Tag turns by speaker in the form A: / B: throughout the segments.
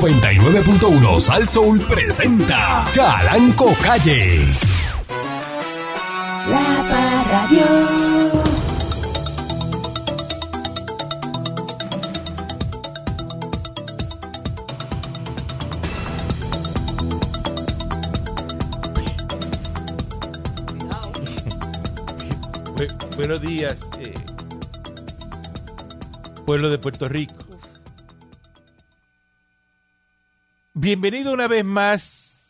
A: 99.1 Sal Soul presenta Calanco Calle.
B: La Parradio.
C: Bu- buenos días, eh, pueblo de Puerto Rico. Bienvenido una vez más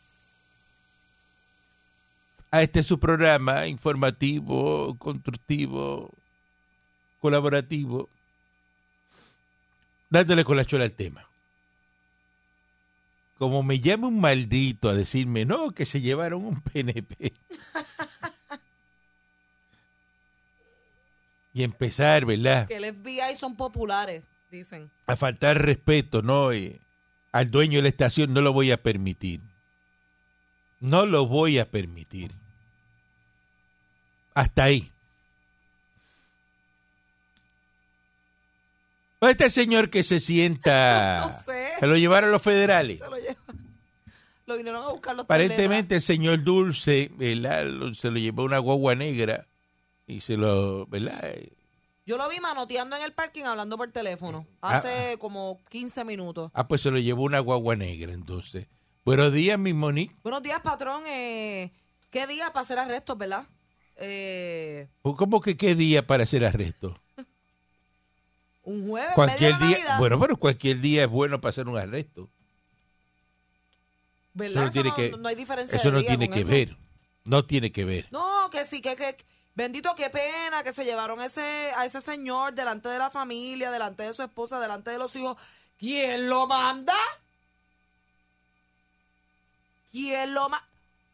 C: a este su programa informativo, constructivo, colaborativo, dándole con la chola al tema. Como me llama un maldito a decirme, no, que se llevaron un PNP. y empezar, ¿verdad?
D: que el FBI son populares, dicen.
C: a faltar respeto, no, Eh, al dueño de la estación no lo voy a permitir. No lo voy a permitir. Hasta ahí. ¿Dónde está el Pues este señor que se sienta?
D: No sé.
C: Se lo llevaron los federales.
D: Se lo llevan. Lo vinieron a buscar los
C: Aparentemente el señor Dulce, ¿verdad? Lo- Se lo llevó una guagua negra y se lo, ¿verdad? Eh,
D: teletras. Yo lo vi manoteando en el parking hablando por teléfono hace como 15 minutos.
C: Ah, pues se lo llevó una guagua negra entonces. Buenos días, mi Monique.
D: Buenos días, patrón. Eh, ¿Qué día para hacer arrestos, verdad? Eh,
C: Pues, ¿Cómo que qué día para hacer arresto?
D: un jueves,
C: Cualquier
D: media de
C: día,
D: Navidad,
C: bueno, pero cualquier día es bueno para hacer un arresto.
D: ¿verdad?
C: Eso no tiene
D: no,
C: que,
D: no hay diferencia
C: eso
D: de
C: no
D: día
C: tiene
D: con
C: que
D: eso.
C: ver, no tiene que ver.
D: No, que sí, que, que bendito, qué pena que se llevaron ese, a ese señor delante de la familia, delante de su esposa, delante de los hijos. ¿Quién lo manda? ¿Quién lo manda?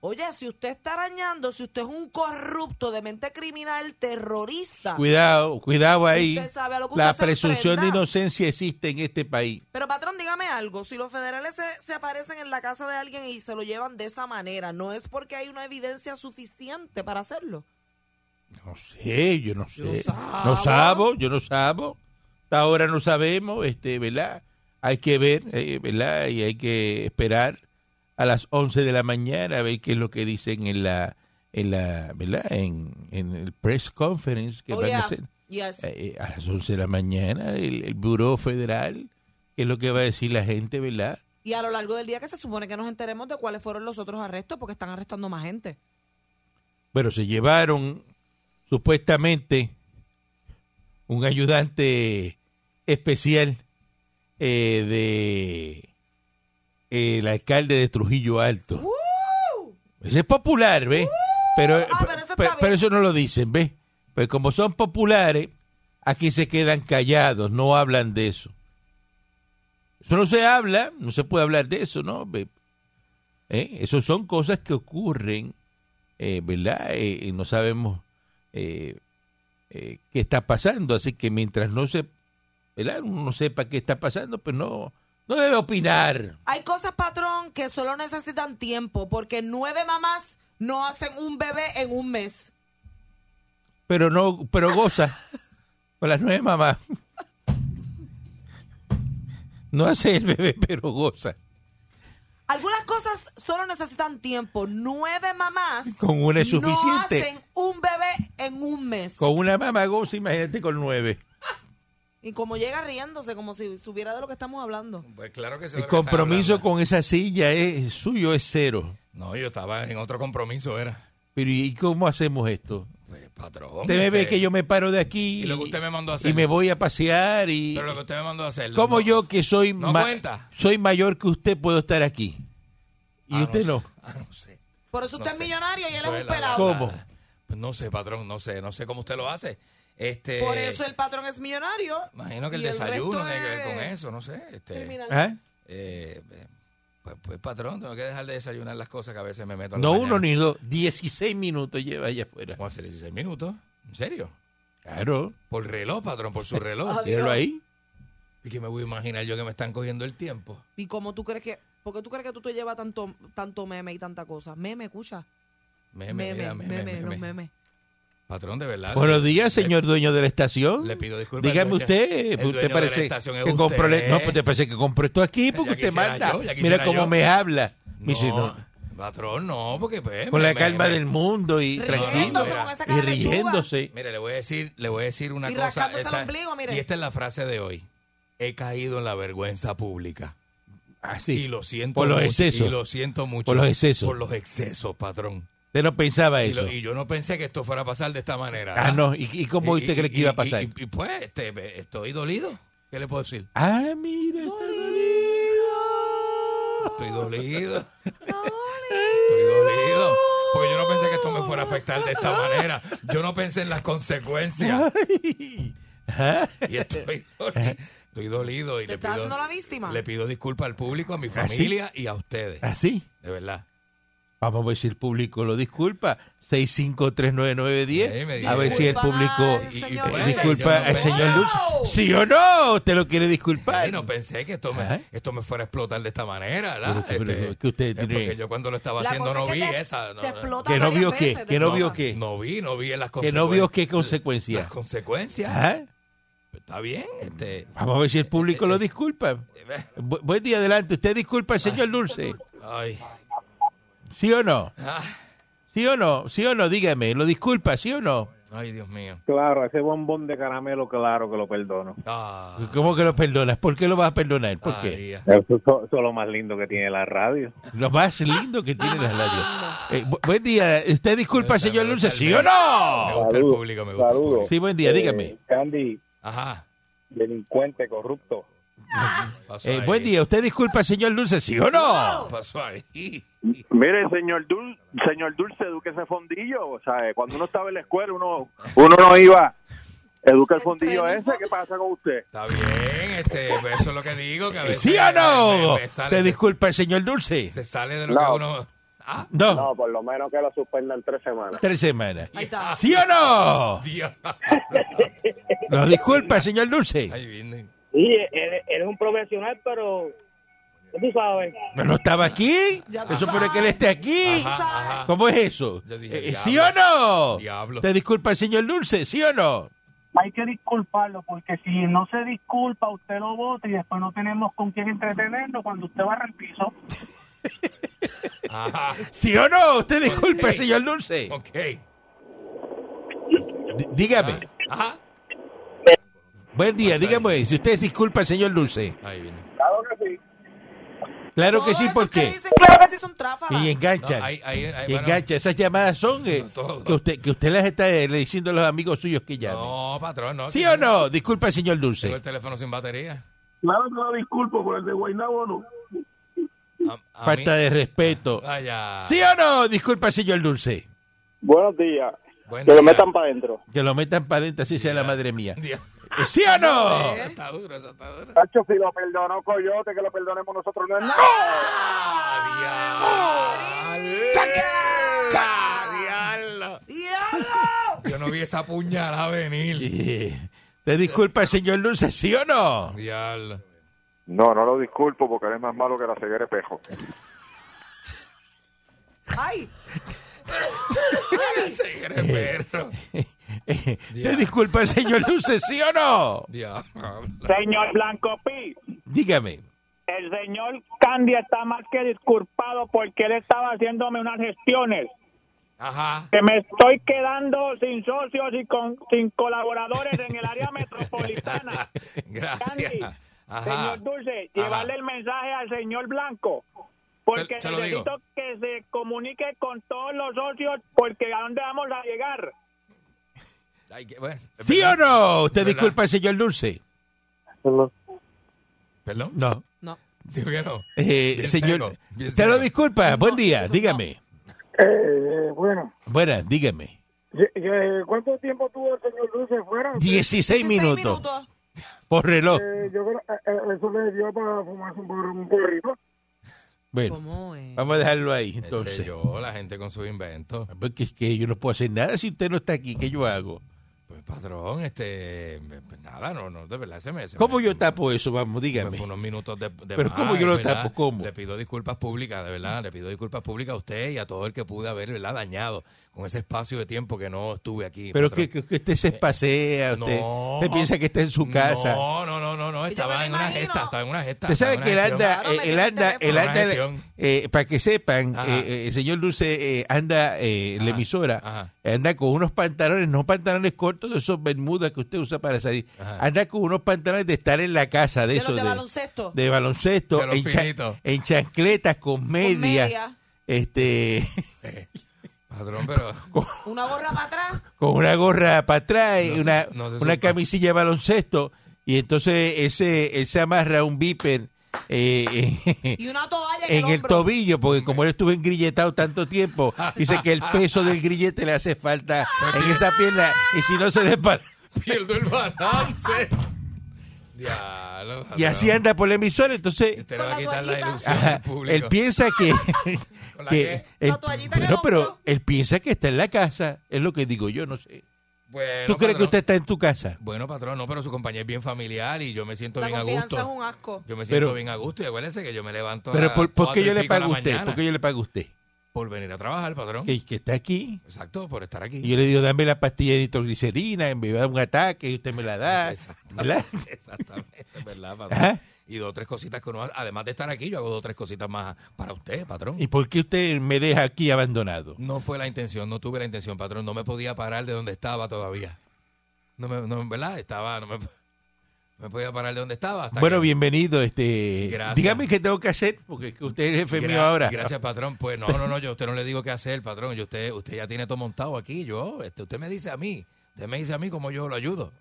D: Oye, si usted está arañando, si usted es un corrupto de mente criminal, terrorista.
C: Cuidado, cuidado ahí.
D: Usted sabe a lo que
C: La
D: usted se
C: presunción de
D: enfrenta.
C: inocencia existe en este país.
D: Pero patrón, dígame algo, si los federales se, se aparecen en la casa de alguien y se lo llevan de esa manera, ¿no es porque hay una evidencia suficiente para hacerlo?
C: No sé, yo no sé.
D: Yo no sabo.
C: no sabo, yo no sabo. Hasta ahora no sabemos, este, ¿verdad? Hay que ver, eh, ¿verdad? Y hay que esperar a las 11 de la mañana a ver qué es lo que dicen en la, en la ¿verdad? En, en el press conference que
D: Oh,
C: van a
D: yeah.
C: hacer
D: Yes.
C: eh, a las 11 de la mañana el, el Buró Federal, qué es lo que va a decir la gente, ¿verdad?
D: Y a lo largo del día que se supone que nos enteremos de cuáles fueron los otros arrestos, porque están arrestando más gente.
C: Pero se llevaron supuestamente un ayudante especial eh, de el alcalde de Trujillo Alto. Ese es popular, ¿ves? Pero,
D: Ah, pero eso está
C: pe-
D: bien.
C: pero eso no lo dicen, ¿ves? Pues como son populares, aquí se quedan callados, no hablan de eso. Eso no se habla, no se puede hablar de eso, ¿no? Ve- ¿Eh? Eso son cosas que ocurren, eh, ¿verdad? Eh, y no sabemos eh, eh, qué está pasando, así que mientras no se, ¿verdad? Uno no sepa qué está pasando, pues no, no debe opinar.
D: Hay cosas, patrón, que solo necesitan tiempo, porque nueve mamás no hacen un bebé en un mes.
C: pero no, pero goza con las nueve mamás. No hace el bebé, pero goza
D: Algunas cosas solo necesitan tiempo. Nueve mamás
C: Con una es
D: no
C: suficiente.
D: hacen un bebé en un mes.
C: con una mamá goza, imagínate con nueve.
D: Y como llega riéndose, como si supiera de lo que estamos hablando.
E: Pues claro que se
C: El
E: lo que está
C: compromiso
E: hablando.
C: con esa silla es es suyo es cero.
E: No, yo estaba en otro compromiso, era.
C: Pero ¿y cómo hacemos esto?
E: Pues, patrón.
C: Usted me ve
E: este,
C: que yo me paro de aquí
E: Y lo que usted me mandó a hacer.
C: y me voy a pasear y
E: Pero lo que usted me mandó a hacer.
C: como
E: no.
C: yo que soy
E: No cuenta.
C: soy mayor que usted puedo estar aquí y
E: Ah,
C: usted
E: sé.
C: no.
E: Ah, no sé.
D: Por eso
E: No
D: usted
E: sé.
D: es millonario y él es
E: Eso
D: un
E: la- la-
D: pelado.
C: ¿Cómo?
E: la- Pues no sé, patrón, no sé. No sé cómo usted lo hace. Este,
D: Por
C: Eh.
D: eso el patrón es millonario.
E: Imagino que el
D: y resto
E: desayuno tiene que ver
D: es
E: con eso, no sé. Este,
D: criminal.
C: ¿Ah?
E: eh, eh, pues, pues, patrón, tengo que dejar de desayunar las cosas que a veces me meto. en la
C: No
E: mañana.
C: uno ni dos, 16 minutos lleva allá afuera.
E: ¿Cómo hace 16 minutos? ¿En serio?
C: Claro,
E: Por reloj, patrón, por su reloj.
D: Adiós.
C: míralo ahí.
E: ¿Y que me voy a imaginar yo que me están cogiendo el tiempo?
D: ¿Y cómo tú crees que.? ¿Por qué tú crees que tú te llevas tanto, tanto meme y tanta cosa? Meme, escucha.
E: Meme,
D: Meme,
E: mira,
D: meme, los memes.
E: Patrón, de verdad.
C: Ah, Buenos días,
E: Le-
C: señor dueño de la estación.
E: le pido disculpas,
C: Dígame
E: dueño. El
C: usted,
E: dueño de
C: usted
E: la
C: parece
E: estación es
C: que compró,
E: usted.
C: no, pues te parece que compró esto aquí porque
E: Ya
C: usted
E: quisiera
C: manda.
E: yo, ya
C: Mira
E: quisiera
C: cómo
E: yo.
C: me habla.
E: No,
C: Me dice, no,
E: Patrón, no, porque pues,
C: con
E: me-
C: la
E: me-
C: calma
E: me-
C: del mundo y tranquilo
D: Riéndose con esa cara
C: y
D: de lechuga.
C: riéndose.
E: Mire, le voy a decir, le voy a decir una
D: Y
E: cosa.
D: rascándose el ombligo, mire.
E: Y esta es la frase de hoy. He caído en la vergüenza pública.
C: Así.
E: Ah, Y lo siento
C: Por los
E: mucho,
C: excesos.
E: Y lo siento mucho.
C: Por los excesos.
E: Por los excesos, patrón.
C: Usted no pensaba
E: Y,
C: eso.
E: lo- y yo no pensé que esto fuera a pasar de esta manera.
C: ah,
E: ¿verdad?
C: no. ¿Y, y cómo
E: Y-
C: usted
E: y-
C: cree que
E: y-
C: iba a
E: y-
C: pasar?
E: Y, y, pues, este, me- estoy dolido. ¿Qué le puedo decir?
C: ah, mira. está dolido.
E: Estoy dolido. Estoy dolido. Porque yo no pensé que esto me fuera a afectar de esta manera. Yo no pensé en las consecuencias. Y estoy
C: Eh.
E: dolido. Estoy dolido y
D: Te
E: le
D: estás
E: pido,
D: haciendo la víctima.
E: le pido disculpas al público, a mi
C: ¿Ah, sí? Ah.
E: familia y a ustedes.
C: Así.
E: De verdad.
C: Vamos a ver si el público lo disculpa. 6539910.
E: Sí, me
C: a
E: dijo.
C: ver si el
D: Disculpa
C: público eh,
D: al
E: Y- y-
D: señor
E: y-
D: Lutz.
C: disculpa
E: Yo no
C: al
E: pensé.
C: señor Luz.
D: ¡Wow!
C: ¿Sí o no? ¿Usted lo quiere disculpar?
E: Yo no pensé que esto
C: Pues, Ajá.
E: me, esto me fuera a explotar de esta manera, ¿verdad?
C: Pero- pero-
E: Este,
C: que usted
E: es
C: tiene-
E: porque yo cuando lo estaba
D: La
E: haciendo
D: cosa
E: no
D: es que
E: vi
D: te-
E: esa. No,
D: te
E: no.
D: explota
C: ¿Que no
D: varias
C: vio qué?
D: veces, te
C: ¿Que no vio
D: explota.
C: qué?
E: No vi, no vi en las
C: ¿Que
E: consecuencias.
C: no vio qué
E: Las
C: consecuencias?
E: consecuencias.
C: Ajá.
E: Está bien. Este,
C: ¿Ah? Vamos a ver si el público lo disculpa. Bu- buen día, adelante. ¿Usted disculpa
D: Ah.
C: al señor Dulce?
E: ay.
C: ¿Sí o no?
E: Ah,
C: ¿Sí o no? ¿Sí o no? Dígame, ¿lo disculpa? ¿Sí o no?
E: ay, Dios mío.
B: Claro, ese bombón de caramelo, claro que lo perdono.
E: Ah,
C: ¿Cómo que lo perdonas? ¿Por qué lo vas a perdonar? ¿Por qué?
E: María.
B: Eso, eso- eso es lo más lindo que tiene la radio.
C: Lo más lindo que tiene la radio. Eh, bu- buen día. ¿Usted disculpa al
E: Me gusta,
C: señor
E: me
C: Dulce?
E: gusta el
C: ¿Sí o
E: mes. Me
C: no?
E: gusta el público, me gusta el
B: saludos.
E: público.
C: Sí, buen día, dígame.
B: Eh, Candy,
E: Ajá.
B: delincuente, corrupto.
E: Pasó
C: Eh,
E: ahí.
C: buen día. ¿Usted disculpa al señor Dulce? ¿Sí o no?
E: Pasó ahí.
F: Mire, señor Dulce, señor Dulce, eduque ese fondillo. O sea, eh, cuando uno estaba en la escuela, uno, uno no iba. Educa el fondillo ese. ¿Qué pasa con usted?
E: Está bien, este, eso es lo que digo. Que a veces
C: ¿Sí o no?
E: me- me sale-
C: ¿Usted disculpa al señor Dulce?
E: Se sale de lo
B: No.
E: que uno. Ah,
C: No,
B: por lo menos que lo suspendan tres semanas.
C: tres semanas.
D: Ahí está.
C: ¿Sí o no?
E: Dios.
C: ¿Lo disculpa al señor Dulce?
E: Ahí viene.
G: Sí, eres, eres un profesional, pero tú sabes.
C: Pero no estaba aquí.
D: Ya
C: Se
D: tú
C: supone
D: sabes.
C: que él esté aquí.
E: Ajá, ajá.
C: ¿Cómo es eso?
E: Yo dije,
C: Eh, ¿Sí o
E: diablo,
C: no?
E: diablo.
C: ¿Te disculpa el señor Dulce? ¿Sí o no?
H: hay que disculparlo, porque si no se disculpa, usted lo vota y después no tenemos con quién entretenerlo cuando usted barra el piso.
E: Ajá.
C: ¿Sí o no? ¿Usted disculpa al señor Dulce?
E: Ok.
C: D- dígame.
E: Ajá.
C: Buen día, dígame si usted disculpa al señor Dulce.
E: Ahí viene.
C: Claro que
D: Todo
C: sí,
D: eso
C: ¿por
D: que
C: qué?
D: dicen, Claro que sí son tráfalas.
C: Y engancha.
E: No, ahí- ahí- ahí,
C: y
E: bueno.
C: engancha. Esas llamadas son eh,
E: No, todo.
C: que usted que usted las está eh, le diciendo a los amigos suyos que llamen.
E: No, patrón, no.
C: ¿Sí
E: Tengo-
C: o no? Disculpa al señor
E: Tengo
C: Dulce.
E: el teléfono sin batería.
F: Claro que lo disculpo por el de Guaynabo, ¿no?
E: A- a
C: Falta
E: mí- Ah,
C: de respeto.
E: Vaya.
C: ¿Sí o no? Disculpa al señor Dulce.
F: Buenos días.
E: Buen
F: Que lo
E: día.
F: metan para adentro.
C: Que lo metan para adentro, así sea la madre mía.
E: Dios.
C: Eh, ¿Sí o no?
E: Eso está duro, eso está duro.
F: Cacho, si lo perdonó Coyote, que lo perdonemos nosotros. No es nada.
E: Ah, diablo. Ah, diablo.
D: ¡Diablo!
E: Yo no vi esa puñalada venir. eh.
C: Yeah. ¿Te disculpa el señor Dulce, sí o no?
E: Diablo.
F: No, no lo disculpo porque eres más malo que la ceguera espejo.
D: ¡Ay!
E: Ese
C: Eh.
E: gran perro.
C: ¿Te disculpa el señor Dulce, sí o no?
E: Diablo.
H: Señor Blanco Pi,
C: Dígame.
H: el señor Candy está más que disculpado porque él estaba haciéndome unas gestiones.
E: Ajá.
H: Que me estoy quedando sin socios y con, sin colaboradores en el área metropolitana. Candy,
E: Gracias. Ajá.
H: señor Dulce,
E: Ajá.
H: llevarle el mensaje al señor Blanco. Porque
E: Se- se lo digo.
H: necesito que se comunique con todos los socios porque a dónde vamos a llegar.
E: Ay, qué- bueno, es
C: ¿Sí o
E: verdad.
C: no? ¿Te
E: ¿Verdad?
C: disculpa el señor Dulce?
E: Perdón.
C: No.
D: No.
E: Digo que no.
C: Eh,
E: Bien
C: señor,
E: seco, bien
C: te lo
E: seco.
C: disculpa. Buen día, dígame.
B: bueno,
C: Buenas, dígame.
B: ¿cuánto tiempo tuvo el señor Dulce fuera?
C: 16 minutos
D: minutos.
C: por reloj.
B: yo creo eh, eso le dio para fumarse un, un
C: Bueno,
D: ¿Cómo es?
C: vamos a dejarlo ahí
E: Qué sé
C: entonces. Pues
E: yo, la gente con sus inventos.
C: Porque es que yo no puedo hacer nada si usted no está aquí. ¿Qué yo hago?
E: Pues, Patrón, este, me- pues nada, no, no, de verdad, se me... se
C: ¿Cómo
E: me-
C: yo tapo eso? Vamos,
E: me
C: dígame.
E: fue unos minutos de, de
C: Pero
E: más,
C: ¿cómo yo lo
E: ¿verdad?
C: tapo? ¿Cómo?
E: Le pido disculpas públicas, de verdad, le pido disculpas públicas a usted y a todo el que pude haber, ¿verdad? Dañado con ese espacio de tiempo que no estuve aquí.
C: Pero
E: patrón.
C: que, que- que usted se espasea, usted,
E: No.
C: usted piensa que está en su casa.
E: No, no, no, no, no,
D: me
E: estaba
D: lo
E: en una
D: imagino.
E: gesta, estaba en una gesta.
C: Usted
E: estaba
C: sabe
E: en
C: que él
E: una
C: anda, eh,
D: Claro, me
C: él
D: tiene
C: anda,
D: el
C: él
D: teléfono.
C: anda,
E: Una gestión.
C: eh, para que sepan,
E: Ajá.
C: eh, eh, el señor Dulce eh, anda, eh, la emisora,
E: ajá.
C: anda con unos pantalones, no pantalones cortos de esos bermudas que usted usa para salir,
E: Ajá.
C: anda con unos pantalones de estar en la casa, de,
D: De
C: esos
D: los de
C: de-
D: baloncesto.
C: de baloncesto,
E: De los
C: en, cha-
E: finitos.
C: en chancletas con medias,
D: media.
C: este,
E: Patrón, pero...
D: Una gorra para atrás.
C: con una gorra para atrás, y
E: No se-
C: una,
E: no se
C: una
E: supa.
C: camisilla de baloncesto, y entonces ese, él se amarra un viper eh, eh,
D: Y una toalla
C: en
D: en,
C: el
D: hombro.
C: tobillo, porque como él estuvo engrilletado tanto tiempo, dice que el peso del grillete le hace falta
E: Pues
C: en esa pierna, y si no se le para-
E: pierdo el balance. Diablo,
C: Y así
E: patrón.
C: anda por la emisora, entonces
E: Usted le va a
D: Con la
E: quitar la
D: toallita.
E: ilusión
C: ajá,
E: al este, público.
C: él piensa que...
E: ¿Con la
C: que
E: qué?
C: él-
D: La toallita en el
C: bueno, pero
D: hombro.
C: él piensa que está en la casa, es lo que digo yo, no sé.
E: Bueno,
C: ¿Tú crees que
E: patrón.
C: usted está en tu casa?
E: Bueno, patrón, no, pero su compañía es bien familiar y yo me siento
D: La
E: bien a
D: confianza es
E: gusto.
D: un asco.
E: Yo me siento
C: Pero-
E: bien a gusto y acuérdense que yo me levanto a
C: Pero
E: las
C: ¿por, por
E: cuatro
C: qué
E: y
C: yo le
E: pico de la
C: pago a usted?
E: mañana
C: ¿Por qué yo le pago a usted?
E: Por venir a trabajar, patrón.
C: Que, que está aquí.
E: Exacto, por estar aquí.
C: Y yo le digo, dame la pastilla de nitroglicerina, me va a dar un ataque y usted me la da. Ah, ¿verdad?
E: Exactamente, exactamente, ¿verdad, patrón?
C: Ajá.
E: Y dos o tres cositas que uno hace. Además de estar aquí, yo hago dos o tres cositas más para usted, patrón.
C: ¿Y por qué usted me deja aquí abandonado?
E: No fue la intención, no tuve la intención, patrón. No me podía parar de donde estaba todavía. No me, no, ¿verdad? Estaba, no me, no me podía parar de donde estaba. hasta
C: Bueno,
E: que-
C: bienvenido. este
E: Gracias.
C: Dígame qué tengo que hacer, porque es que usted es el jefe Pues mío
E: Gra-
C: ahora.
E: Gracias, patrón. Pues no, no, no, yo a usted no le digo qué hacer, patrón. Yo usted, usted ya tiene todo montado aquí. Yo, este, usted me dice a mí, usted me dice a mí cómo yo lo ayudo.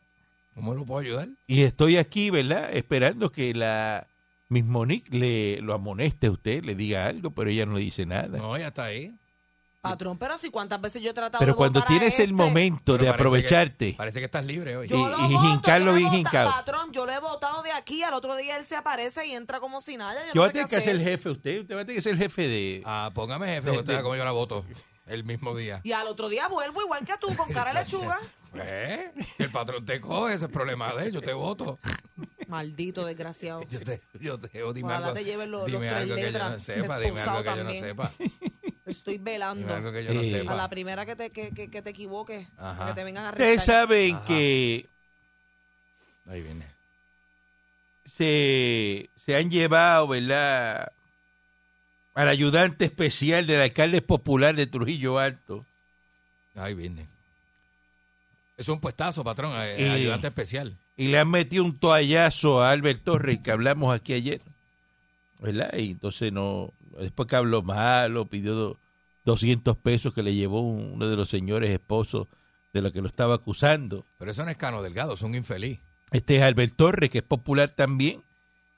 E: ¿Cómo lo puedo ayudar?
C: Y estoy aquí, ¿verdad? Esperando que la Miss Monique le, lo amoneste a usted, le diga algo, pero ella no le dice nada.
E: No, ya está ahí.
D: Patrón, pero si cuántas veces yo he tratado de
C: pero cuando
D: votar a
C: tienes el
D: este,
C: momento
E: Pero
C: de
E: parece que-
C: aprovecharte,
E: Parece que estás libre hoy.
D: Yo
C: y-
D: lo
C: y
D: voto,
C: jincarlo
D: yo le
C: bien
D: he votado,
C: jincado.
D: Patrón, yo lo he votado de aquí, al otro día él se aparece y entra como si nada. Yo,
C: yo
D: no
C: voy a
D: sé
C: tener
D: qué
C: que ser
D: hacer.
C: el jefe de usted, usted va a tener que ser el jefe de...
E: Ah, póngame jefe,
C: De-
E: que usted
C: de-
E: vea cómo yo la voto el mismo día.
D: Y al otro día vuelvo igual que tú, con cara de lechuga.
E: ¿Eh? Si el patrón te coge, ese es problema de él. Yo te voto.
D: Maldito desgraciado.
E: Yo te, yo te oh, dime
D: Ojalá
E: algo,
D: te lleven los- los
E: dime
D: tres
E: algo que yo no
D: letras
E: sepa,
D: de
E: dime algo
D: expulsado
E: que yo no
D: también.
E: sepa.
D: Estoy
E: Dime
D: velando.
E: algo que yo no
C: Eh,
E: sepa.
D: A la primera que te, que, que- que te equivoques,
E: Ajá.
D: que te vengan a
C: Ustedes
D: arrestar.
C: saben
E: Ajá.
C: que
E: Ahí viene.
C: se, se han llevado, ¿verdad? Al ayudante especial del alcalde popular de Trujillo Alto.
E: Ay, viene. Es un puestazo, patrón, eh,
C: Eh.
E: ayudante especial.
C: y le han metido un toallazo a Albert Torres que hablamos aquí ayer, ¿verdad? Y entonces no, después que habló malo, pidió do- 200 pesos que le llevó un- uno de los señores esposos de lo que lo estaba acusando.
E: Pero eso no es Cano Delgado, es un infeliz.
C: Este es Albert Torres, que es popular también,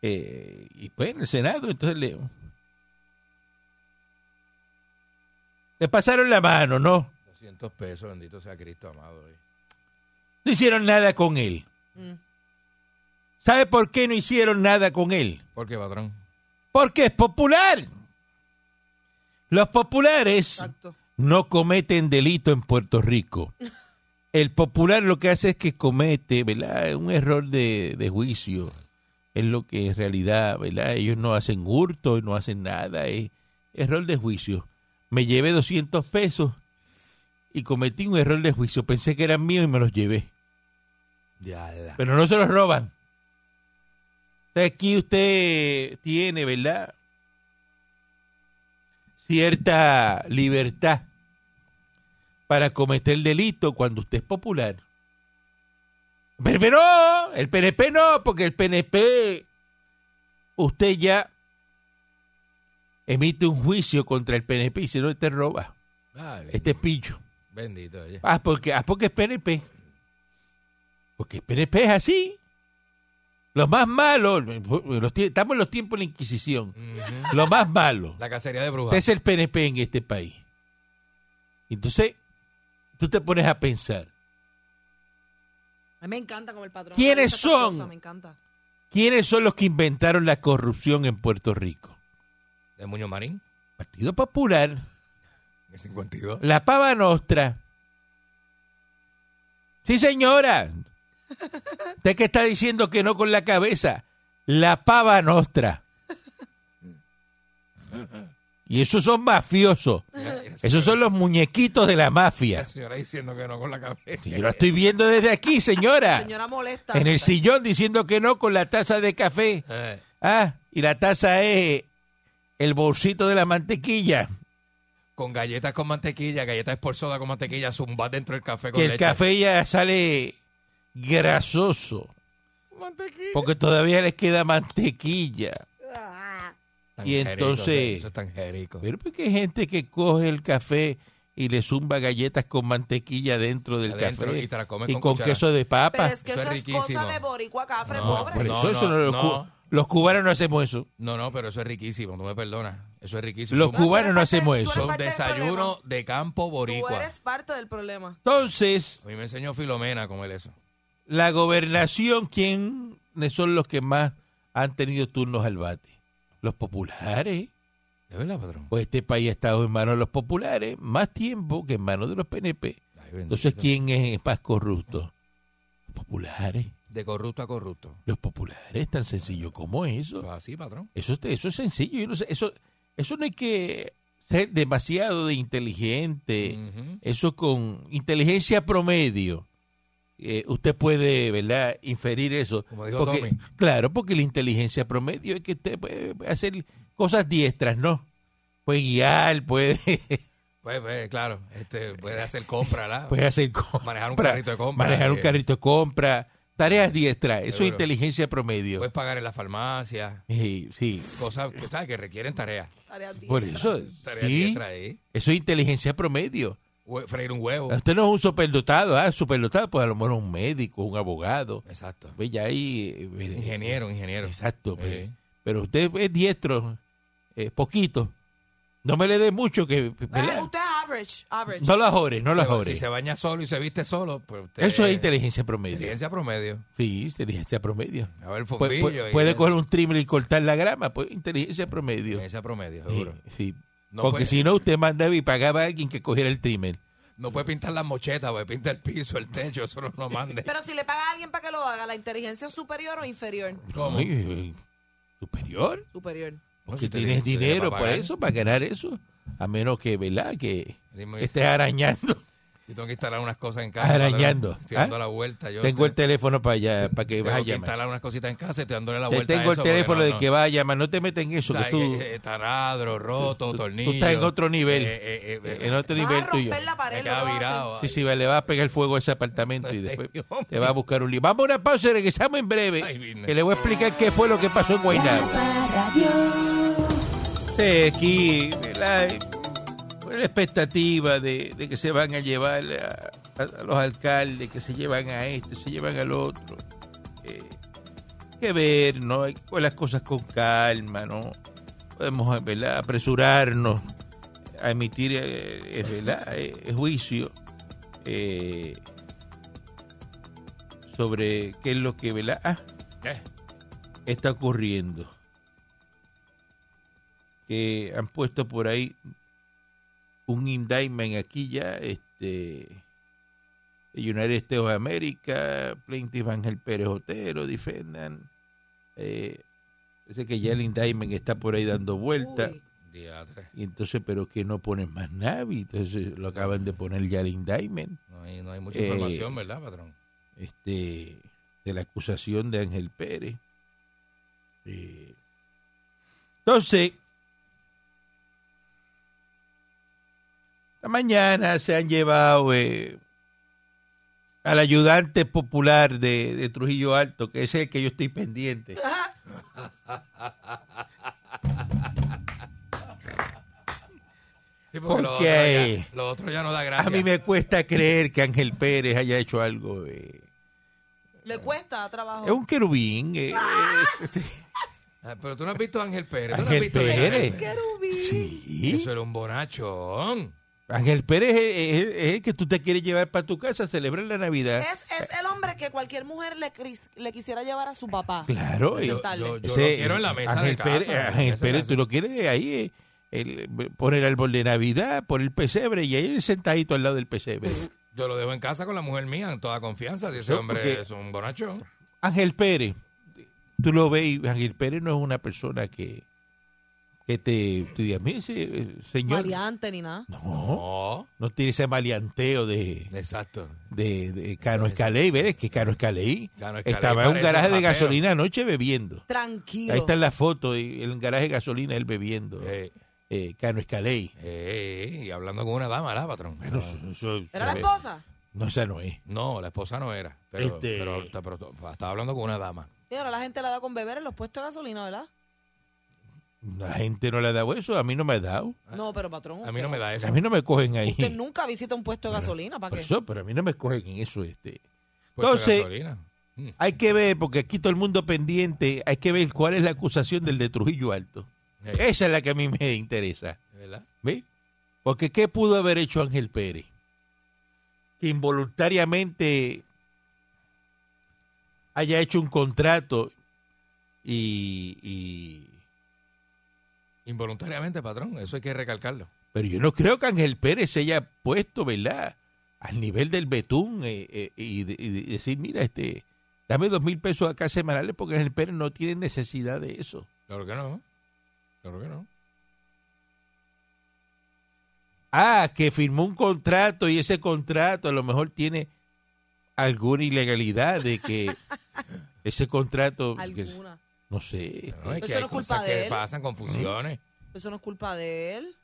C: eh, y pues en el Senado, entonces le... Le pasaron la mano, ¿no?
E: 200 pesos, bendito sea Cristo, amado. eh.
C: No hicieron nada con él.
D: Mm.
C: ¿Sabe por qué no hicieron nada con él?
E: ¿Por qué, patrón?
C: Porque es popular. Los populares
D: Exacto.
C: no cometen delito en Puerto Rico. El popular lo que hace es que comete ¿verdad? un error de, de juicio. Es lo que en realidad, ¿verdad? Ellos no hacen hurto, no hacen nada. Es error de juicio. Me llevé 200 pesos y cometí un error de juicio. Pensé que eran míos y me los llevé. Pero no se los roban. Entonces, Aquí usted tiene, ¿verdad? Cierta libertad para cometer delito cuando usted es popular. Pero no, el PNP no, porque el PNP, usted ya emite un juicio contra el PNP y si no, te roba,
E: Ay, ben-
C: este es pillo.
E: Bendito, oye.
C: Ah, porque, ah, porque es PNP. Porque el PNP es así. Los más malos, los tie- estamos en los tiempos de la Inquisición.
E: Ujú.
C: Los más malos.
E: La cacería de
C: Usted
E: brujas.
C: es el PNP en este país. Entonces, tú te pones a pensar,
D: A mí me encanta como el patrón.
C: ¿Quiénes
D: Esas
C: son?
D: cosas, Me encanta.
C: ¿quiénes son los que inventaron la corrupción en Puerto Rico?
E: De Muñoz Marín,
C: Partido Popular,
E: en el 52.
C: la Pava Nostra, Sí, señora. Usted que está diciendo que no con la cabeza. La pava nostra. Y esos son mafiosos. Esos son los muñequitos de la
E: La
C: mafia.
E: señora diciendo que no con la cabeza.
C: Yo la estoy viendo desde aquí, señora.
D: Señora molesta.
C: En el sillón diciendo que no con la taza de café.
E: Eh,
C: Ah, y la taza es el bolsito de la mantequilla.
E: con galletas con mantequilla, galletas por soda con mantequilla, zumbar dentro del café con
C: Que el
E: leche.
C: café ya sale grasoso. Porque todavía les queda mantequilla.
E: Tan
C: y
E: jerico,
C: entonces-
E: Eso es tan jerico.
C: Pero porque hay gente que coge el café y le zumba galletas con mantequilla dentro del
E: Adentro,
C: café
E: y te la come
C: y
E: con
C: con
E: cuchara.
C: queso de
D: Pero
C: papa.
D: es que
E: Eso
D: eso,
E: es
D: es cosa
E: riquísimo.
D: de boricua, cafre,
E: No,
C: Por
D: pobre.
E: no,
C: eso, eso no lo-
E: no.
C: cu- los cubanos no hacemos eso.
E: No, no, pero eso es riquísimo, no me perdonas. Eso es riquísimo.
C: Los
E: Es un-
D: tú
C: cubanos
D: eres
C: no
D: parte-
C: hacemos
D: tú eres
C: eso.
E: Son
D: parte del
E: desayuno de campo
D: Tú
E: boricua.
D: eres parte del problema.
C: Entonces,
E: A mí me enseñó Filomena con él eso.
C: la gobernación, ¿quiénes son los que más han tenido turnos al bate? Los populares.
E: ¿De verdad, patrón?
C: Pues este país ha estado en manos de los populares más tiempo que en manos de los PNP.
E: Ay, bendito.
C: Entonces, ¿quién es más corrupto? Los populares.
E: De corrupto a corrupto.
C: Los populares, tan sencillo como eso.
E: Pues así, patrón.
C: Eso, te- eso es sencillo. yo no sé, eso, eso no hay que ser demasiado de inteligente.
E: Ujú.
C: Eso con inteligencia promedio. eh, usted puede, ¿verdad?, inferir eso.
E: Como dijo
C: porque,
E: Tommy.
C: Claro, porque la inteligencia promedio es que usted puede hacer cosas diestras, ¿no? Puede guiar, puede,
E: Pues, pues, claro, este, puede hacer compra, ¿la?
C: puede hacer compra,
E: Manejar un carrito de Pues, compra,
C: Manejar un
E: eh.
C: carrito de compra. Tareas diestras, eso
E: Seguro. Pues-
C: es inteligencia promedio.
E: Puedes pagar en la farmacia.
C: sí, sí.
E: Cosas que, ¿sabes? que requieren tareas.
D: Tarea diez.
C: Por eso,
E: Tareas
C: sí,
E: diestras ahí.
C: eso es inteligencia promedio.
E: Hue- Freír un huevo.
C: Usted no es un superdotado, ah, superdotado, pues a lo mejor un médico, un abogado.
E: Exacto.
C: Pues ya ahí. eh, eh,
E: Ingeniero, ingeniero.
C: Exacto. pues.
E: Sí.
C: Pero usted es diestro, eh, poquito. No me le dé mucho que. ¿verdad?
D: Ah, usted es average, average.
C: No las jores, no las
E: Se ba-
C: jores.
E: Si se baña solo y se viste solo, pues usted-
C: Eso es inteligencia promedio.
E: Inteligencia promedio.
C: Sí, inteligencia promedio.
E: A ver,
C: Pu- pu-
E: fombrillo.
C: Puede,
E: y-
C: coger un trimmer y cortar la grama, pues inteligencia promedio.
E: Inteligencia promedio,
C: Sí,
E: seguro.
C: Eh, sí.
E: No pues.
C: Porque
E: puede-
C: si no, usted mandaba y pagaba a alguien que cogiera el trimmer.
E: No puede pintar las mochetas, puede pintar el piso, el techo, eso no lo mande.
D: Pero si le paga a alguien para que lo haga, ¿la inteligencia es superior o inferior?
E: ¿Cómo?
C: Ay, eh, superior.
D: Superior.
C: Porque tienes dinero para eso, para ganar eso. A menos que, ¿verdad? Que
E: Dime.
C: estés arañando.
E: Yo tengo que instalar unas cosas en casa.
C: Arañando,
E: Estoy dando
C: ¿ah?
E: la vuelta. Yo
C: Tengo el
E: te-
C: teléfono para allá, para que
E: tengo
C: vayas a
E: que
C: llamar.
E: instalar unas cositas en casa y estoy dándole la
C: Te
E: vuelta. a
C: tengo el
E: eso,
C: teléfono
E: porque
C: del
E: no,
C: que
E: no.
C: va a llamar. No te metas en eso,
E: O sea,
C: que tú
E: eh, eh, taladro, roto,
C: tú- tú
E: tornillo. Eh,
C: estás en otro nivel. en otro
D: Vas
C: nivel
D: a
C: tuyo.
D: romper la pared.
E: me
D: lo
E: queda
D: vas a hacer.
E: virado.
C: Sí, sí, le va a pegar fuego a ese apartamento y después
E: Ay, hombre.
C: te va a buscar un lío. Vamos a una pausa y regresamos en
E: Ay,
C: breve.
E: business.
C: Que le voy a explicar qué fue lo que pasó en Guaynabo. Este, aquí, ¿verdad? Eh, con la expectativa de, de que se van a llevar a, a- a los alcaldes, que se llevan a este, se llevan al otro. Eh, que ver, ¿no? Hay que coger las cosas con calma, ¿no? Podemos, ¿verdad? Apresurarnos a emitir, eh, eh, ¿verdad? Eh, eh, juicio eh, sobre qué es lo que, ¿verdad? Ah,
E: Eh,
C: está ocurriendo. Que han puesto por ahí un indictment aquí ya, este de United States of America, Plaintiff Ángel Pérez Otero, defendan. Eh, parece que ya el indictment está por ahí dando vuelta.
D: Uy.
E: diatre.
C: Y entonces, pero que no ponen más nada. y Entonces lo acaban de poner ya el indictment
E: No hay, no hay mucha
C: Eh,
E: información, ¿verdad, patrón?
C: este, de la acusación de Ángel Pérez. Eh, entonces, esta mañana se han llevado eh, al ayudante popular de, de Trujillo Alto, que es el que yo estoy pendiente.
E: Sí,
C: porque
E: lo otro, ya, lo otro ya no da gracia.
C: A mí me cuesta creer que Ángel Pérez haya hecho algo. eh.
D: Le cuesta trabajo.
C: Es un querubín. eh,
E: Ah, Pero tú no has visto a Ángel Pérez. tú no has
C: Ángel
E: visto a
C: Pérez. Sí.
E: Eso era un bonachón.
C: Ángel Pérez es, es- es el que tú te quieres llevar para tu casa a celebrar la Navidad.
D: Es, es el hombre que cualquier mujer le, cris- le quisiera llevar a su papá.
C: Claro.
E: Yo-
C: eh,
D: Presentarle.
E: yo- yo
C: ese-
E: lo quiero en la mesa
C: Ángel
E: de casa.
C: Pérez, Ángel Pérez, tú lo quieres de ahí, eh, el- pon el árbol de Navidad, pon el pesebre y ahí él sentadito al lado del pesebre.
E: Yo lo dejo en casa con la mujer mía, en toda confianza. Si ese
C: Sí,
E: hombre
C: porque-
E: es un bonachón.
C: Ángel Pérez, tú lo ves, y Ángel Pérez no es una persona que, que te, te diga, mire, ese, eh, señor.
D: Maleante ni nada.
C: No,
E: No,
C: no tiene ese maleanteo de,
E: exacto.
C: de, de Cano Escaley, ¿ves? Que Cano Escaley
E: Cano Escaley
C: estaba en un
E: parece
C: garaje
E: un
C: de
E: rapero.
C: gasolina anoche bebiendo.
D: Tranquilo.
C: Ahí está la foto, y en el garaje de gasolina él bebiendo.
E: Eh,
C: eh, Cano Escaley.
E: eh, y hablando con una dama, ¿verdad, patrón? Ah,
C: Bueno, eso- eso-
D: ¿Era la
C: eh,
D: esposa?
C: No, esa no es.
E: No, la esposa no era. Pero,
C: Este-
E: pero, está- pero estaba hablando con una dama.
D: Y ahora la gente la da con beber en los puestos de gasolina, ¿verdad?
C: La gente no le ha dado eso, a mí no me ha dado.
D: No, pero patrón.
E: Ah, A mí no me da eso.
C: A mí no me cogen ahí.
D: Usted nunca visita un puesto de gasolina, ¿para
C: Por
D: qué?
C: eso, pero a mí no me cogen en eso. este
E: Puesto de
C: Entonces-
E: gasolina.
C: Hay que ver, porque aquí todo el mundo pendiente, hay que ver cuál es la acusación del de Trujillo Alto.
E: Sí.
C: Esa es la que a mí me interesa.
E: Eh, ¿Verdad?
C: ¿Ve? Porque ¿qué pudo haber hecho Ángel Pérez? Que involuntariamente haya hecho un contrato y, y-
E: Involuntariamente, patrón. Eso hay que recalcarlo.
C: Pero yo no creo que Ángel Pérez se haya puesto, ¿verdad? Al nivel del betún eh, eh, y, de- y de- decir, mira, este, dame dos mil pesos acá semanales porque Ángel Pérez no tiene necesidad de eso.
E: Claro que no. Claro que no.
C: Ah, que firmó un contrato y ese contrato a lo mejor tiene alguna ilegalidad de que ese contrato, que es-
D: Alguna.
C: no sé, este,
E: No, es
D: Eso
E: que
D: no
E: hay
D: es culpa
E: cosas
D: de
E: que
D: él.
E: pasan, confusiones.
D: Eso no es culpa de él.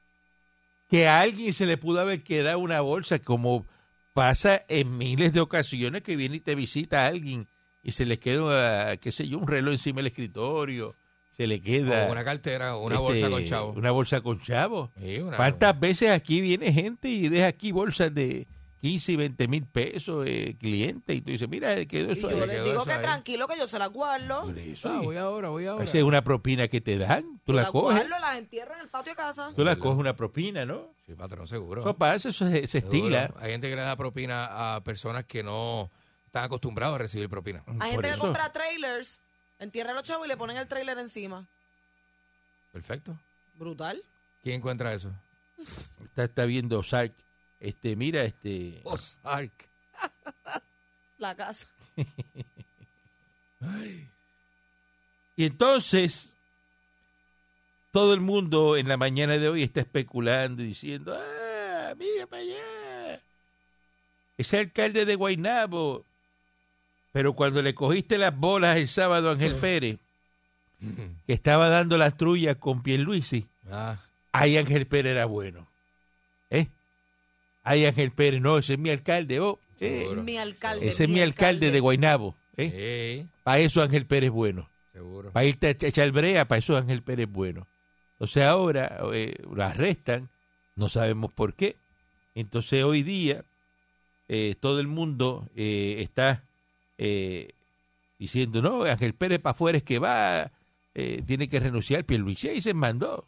C: que a alguien se le pudo haber quedado una bolsa, como pasa en miles de ocasiones que viene y te visita a alguien y se le queda, qué sé yo, un reloj encima del escritorio, se le queda
E: O una cartera, o una
C: este,
E: bolsa con chavo.
C: Una bolsa con chavo.
E: Sí, una-
C: ¿Cuántas veces aquí viene gente y deja aquí bolsas de 15 y 20 mil pesos eh, cliente y tú dices, mira, eh, quedó
D: Y
C: eso
D: yo
C: ahí?
D: les
E: quedó
D: digo
E: eso
D: que
E: ahí.
D: tranquilo, que yo se las guardo.
C: Por eso,
E: Ah,
C: y-
E: voy ahora, voy ahora.
C: esa es una propina que te dan, tú la
D: Las
C: coges,
D: guardo, las entierro en el patio de casa.
C: tú la coges una propina, ¿no?
E: Sí, patrón, seguro.
C: Eso pasa, eso se, se
E: Seguro.
C: estila.
E: Hay gente que le da propina a personas que no están acostumbrados a recibir propina.
D: Hay
C: Por
D: gente que
C: eso.
D: compra trailers, entierra a los chavos y le ponen el trailer encima.
E: Perfecto.
D: Brutal.
E: ¿Quién encuentra eso?
C: Está, está viendo Sark. Este, mira, este.
E: Ozark.
D: La casa.
C: Y entonces, todo el mundo en la mañana de hoy está especulando y diciendo, ah, mira para allá. Ese alcalde de Guaynabo. Pero cuando le cogiste las bolas el sábado a Ángel Pérez, que estaba dando las trullas con Pierluisi,
E: Ah,
C: ahí Ángel Pérez era bueno. ¿Eh? Ahí Ángel Pérez, no, ese es mi alcalde, oh, eh,
E: Seguro.
D: Mi alcalde.
C: ese es mi alcalde de Guaynabo. ¿eh?
E: sí,
C: Para eso Ángel Pérez es bueno.
E: seguro.
C: Para irte a echa- echar brea, para eso Ángel Pérez es bueno. O sea, ahora eh, lo arrestan, no sabemos por qué. Entonces hoy día eh, todo el mundo eh, está eh, diciendo, no, Ángel Pérez para afuera es que va, eh, tiene que renunciar. Pierluisi y se mandó.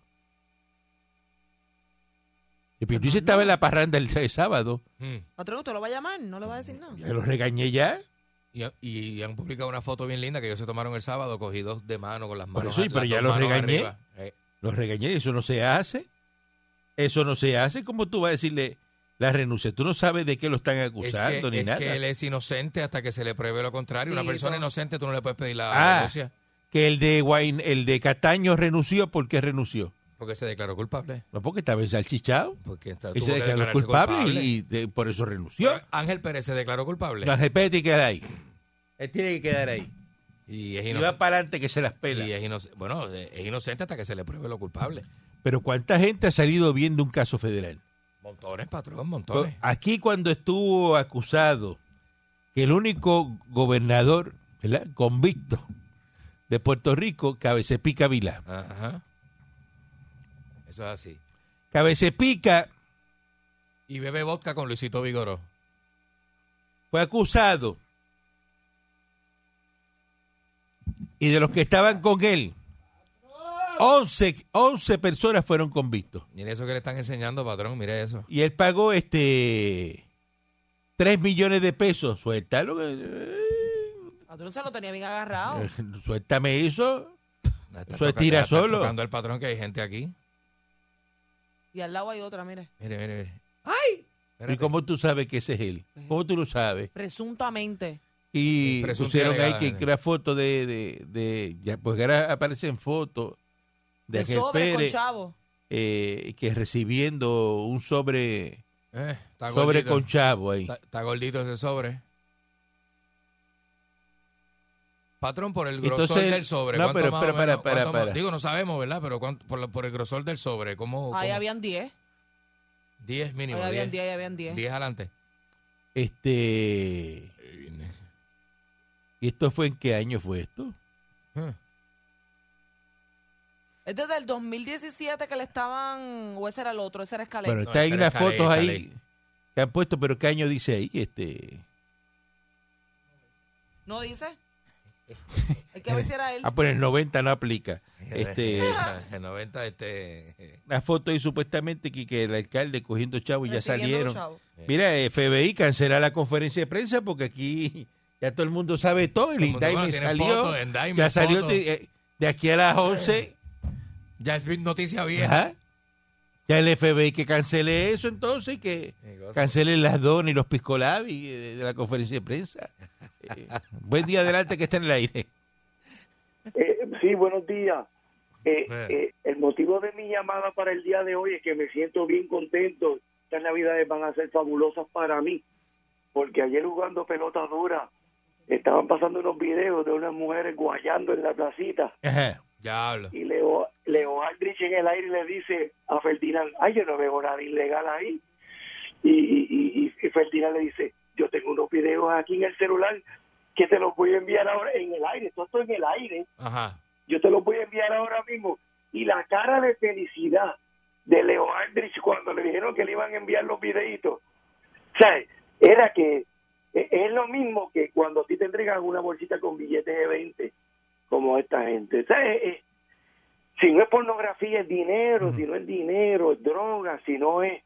C: Y Pierluisi estaba en la parranda el s- el sábado.
E: Mm.
D: Patrón, usted lo va a llamar, no le va a decir nada.
C: Ya lo regañé ya.
E: Y, y han publicado una foto bien linda que ellos se tomaron el sábado cogidos de mano con las
C: Por
E: manos.
C: eso, y
E: las
C: pero ya
E: dos
C: los
E: manos
C: regañé.
E: arriba. Eh,
C: Los regañé, eso no se hace. Eso no se hace. ¿Cómo tú vas a decirle la renuncia? Tú no sabes de qué lo están
E: es
C: acusando
E: que,
C: ni
E: es
C: nada.
E: que
C: Que,
E: él es inocente hasta que se le pruebe lo contrario. Una
D: Dito.
E: persona inocente tú no le puedes pedir la
C: Ah.
E: denuncia
C: el de Guain- el de Cataño renunció porque renunció.
E: porque se declaró culpable.
C: No porque estaba ensalchichado.
E: Porque está,
C: Y
E: tuvo
C: se
E: que
C: declaró
E: declararse
C: culpable, y, y de- por eso renunció.
E: Pero Ángel Pérez se declaró culpable.
C: La respeta y queda ahí. Él tiene que quedar ahí.
E: Y es
C: Y va
E: inocente.
C: para adelante que se las pela.
E: Y es inoc- bueno, es inocente hasta que se le pruebe lo culpable.
C: Pero ¿cuánta gente ha salido bien de un caso federal?
E: Montones, patrón, montones.
C: Pues, Aquí cuando estuvo acusado que el único gobernador ¿verdad? convicto de Puerto Rico, Cabecepica Vila.
E: Ajá. Eso es así.
C: Cabecepica
E: Y bebe vodka con Luisito Vigoró.
C: fue acusado y de los que estaban con él, 11, 11 personas fueron convictos.
E: Mire eso que le están enseñando, patrón. Mire eso.
C: Y él pagó este 3 millones de pesos. Suéltalo. eh,
D: Patrón se lo tenía bien agarrado.
C: eh, Suéltame eso.
E: Está
C: Eso es
E: tocando-
C: tira
E: está
C: solo.
E: tocando el patrón que hay gente aquí.
D: Y al lado hay otra, mire.
E: Mire, mire, mire.
C: ¿Y cómo tú sabes que ese es él? ¿Cómo tú lo sabes?
D: Presuntamente.
C: Y
E: Presunta
C: pusieron ahí
E: delegada,
C: que,
E: sí.
C: que era foto de, de, de- ya, pues ahora aparecen fotos de
D: De,
C: aquel
D: sobre con
C: Pérez
D: chavo.
C: eh, que recibiendo un sobre,
E: Eh, está
C: sobre
E: gordito.
C: con chavo ahí.
E: Está, está gordito ese sobre. Patrón, por el grosor
C: Entonces,
E: del sobre.
C: no,
E: ¿cuánto
C: pero
E: más o
C: espera, para,
E: menos-
C: para,
E: cuánto más-
C: para.
E: Digo, no sabemos, ¿verdad? Pero cuánto- por, la- por el grosor del sobre, ¿cómo?
D: Ahí
E: cómo?
D: habían 10.
E: 10
D: Ahí
E: mínimo.
D: habían
E: 10
D: 10, ahí habían 10.
E: 10 adelante.
C: Este, ¿Y esto fue en qué año fue esto?
E: Eh,
D: Es desde el 2017 que le estaban, o ese era el otro, ese era Escalé.
C: Bueno,
E: No,
C: está
E: ese
C: en
E: era
C: las
E: Calé,
C: fotos
E: Calé.
C: ahí que han puesto, pero ¿qué año dice ahí? Este,
D: ¿No dice? Hay que ver si era él.
C: ah, pues en el 90 no aplica. Este,
E: El 90 Ah, este... eh,
C: la foto ahí supuestamente que, que el alcalde cogiendo chavo
D: pues
C: y ya
D: Recibiendo
C: salieron.
D: los chavos.
C: Mira, FBI cancela la conferencia de prensa porque aquí ya todo el mundo sabe todo. El
E: Todo el mundo,
C: indictment
E: bueno, tiene
C: salió.
E: fotos, indictment,
C: ya salió
E: fotos.
C: de, eh, de aquí a las 11.
E: Ya es noticia vieja.
C: ajá. Ya el FBI que cancele eso entonces y que
E: Qué cosa.
C: cancele las donas y los piscolabis eh, de, de la conferencia de prensa. Eh, buen día adelante que está en el aire.
B: Eh, sí, buenos días. Eh,
E: Eh.
B: eh, el motivo de mi llamada para el día de hoy es que me siento bien contento. Estas navidades van a ser fabulosas para mí, porque ayer jugando pelota dura estaban pasando unos videos de unas mujeres guayando en la placita
C: Ajá.
E: Ya hablo.
B: y Leo, Leo Aldrich en el aire le dice a Ferdinand, ay, yo no veo nada ilegal ahí. Y, y, y- y Ferdinand le dice, yo tengo unos videos aquí en el celular que te los voy a enviar ahora en el aire, todo esto en el aire
E: Ajá.
B: yo te lo voy a enviar ahora mismo. Y la cara de felicidad de Leo Aldrich cuando le dijeron que le iban a enviar los videitos, ¿sabes? Era que e- es lo mismo que cuando a ti te entregan una bolsita con billetes de 20, como esta gente, ¿sabes? Eh, Si no es pornografía, es dinero, si no es dinero, es droga, si no es...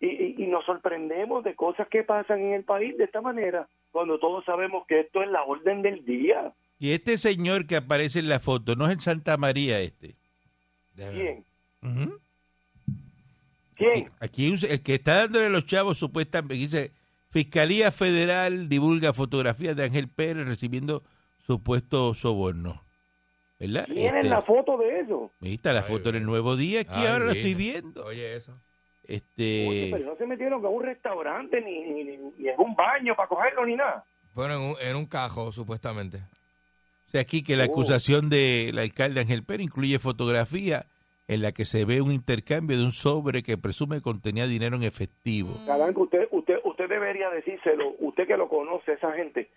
B: Y, y- y nos sorprendemos de cosas que pasan en el país de esta manera, cuando todos sabemos que esto es la orden del día.
C: Y este señor que aparece en la foto no es en Santa María este.
E: Ya veo.
B: ¿Quién?
C: Ujú.
B: ¿Quién?
C: Aquí un- el que está dándole los chavos supuestamente dice Fiscalía Federal divulga fotografías de Ángel Pérez recibiendo supuesto soborno. ¿Verdad?
B: Tienen
C: Este,
B: la foto de eso.
C: ahí está la
E: Ay,
C: foto en el nuevo día aquí
E: Ay,
C: ahora lo estoy
E: Virgen.
C: viendo.
E: Oye, eso.
B: Oye,
C: Este
B: pero no se metieron a un restaurante ni, ni, ni- ni en un baño para cogerlo ni nada.
E: Bueno, en un, en un cajo, supuestamente.
C: o sea, aquí que la
B: Oh.
C: acusación del alcalde Ángel Pérez incluye fotografía en la que se ve un intercambio de un sobre que presume contenía dinero en
E: Mm.
C: efectivo.
B: Caranco, usted, usted, usted debería decírselo, usted que lo conoce, esa gente,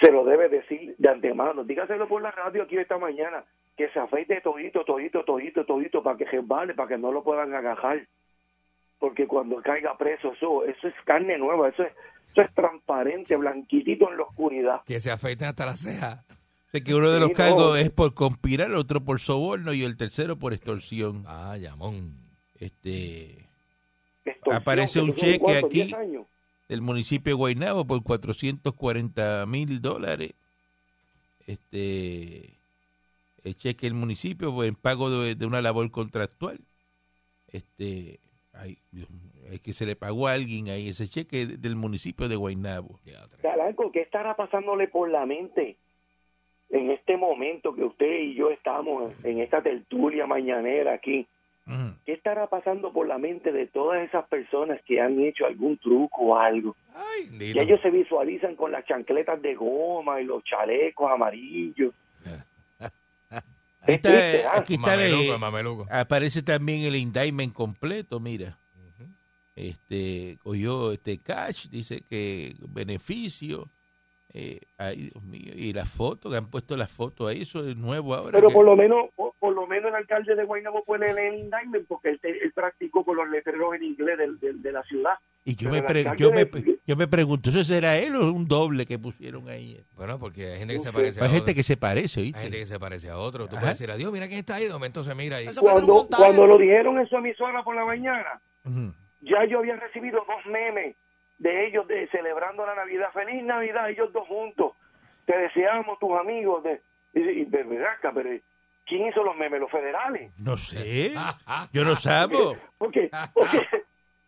B: se lo debe decir de antemano. Dígaselo por la radio aquí esta mañana, que se afeite todito, todito, todito, todito, para que resbale, para que no lo puedan agajar. Porque cuando caiga preso, eso, eso es carne nueva, eso es, eso es transparente, blanquitito en la oscuridad.
E: Que se afeiten hasta las cejas.
C: O sea, que uno de los
B: Sí, no.
C: cargos es por conspirar, otro por soborno y el tercero por extorsión.
E: Ah, llamón.
C: Este
B: Extorsión,
C: Aparece
B: que
C: un
B: eso son,
C: cheque
B: ¿cuánto?
C: aquí.
B: 10 años.
C: del municipio de Guaynabo por 440 mil dólares. Este, el cheque del municipio por el pago de, de una labor contractual. Este, ay, Dios mío, es que se le pagó a alguien ahí ese cheque de- del municipio de Guaynabo.
E: Ya, tres.
B: Caranco, ¿qué estará pasándole por la mente en este momento que usted y yo estamos en esta tertulia mañanera aquí?
C: Ujú.
B: ¿Qué estará pasando por la mente de todas esas personas que han hecho algún truco o algo?
E: Ay,
B: Y ellos se visualizan con las chancletas de goma y los chalecos amarillos.
C: Ahí está,
B: triste,
C: eh,
B: ah.
C: aquí está,
E: mameluco,
C: eh,
E: mameluco.
C: aparece también el indictment completo, mira. Este, oyó este cash, dice que beneficio. eh, ay, Dios mío, y la foto, que han puesto la foto ahí, eso es nuevo ahora.
B: Pero
C: que-
B: por lo menos por, por lo menos el alcalde de Guaynabo puede leer el indictment porque él, te- él practicó con los letreros en inglés del- del- de la ciudad.
C: Y yo
B: Pero
C: me,
B: el
C: pre-
B: alcalde
C: yo, me,
B: de-
C: yo me pregunto, ¿eso será él o es un doble que pusieron ahí?
E: Bueno, porque hay gente que se
B: Uf,
E: parece a
C: Hay gente
E: otro.
C: que se parece,
E: Hay gente
C: ¿oíste?
E: que se parece a otro. Tú
C: Ajá.
E: puedes decir, adiós, mira quién está ahí. De momento se mira ahí.
D: Eso puede ser un
B: Cuando,
D: montaje.
B: cuando lo dijeron en su emisora por la mañana,
C: Ujú.
B: ya yo había recibido dos memes de ellos de celebrando la Navidad. Feliz Navidad, ellos dos juntos. Te deseamos, tus amigos. De, y, y, y- pero, ven acá, pero, ¿quién hizo los memes? ¿Los federales?
C: No sé, yo no sabo.
B: Porque, porque, porque,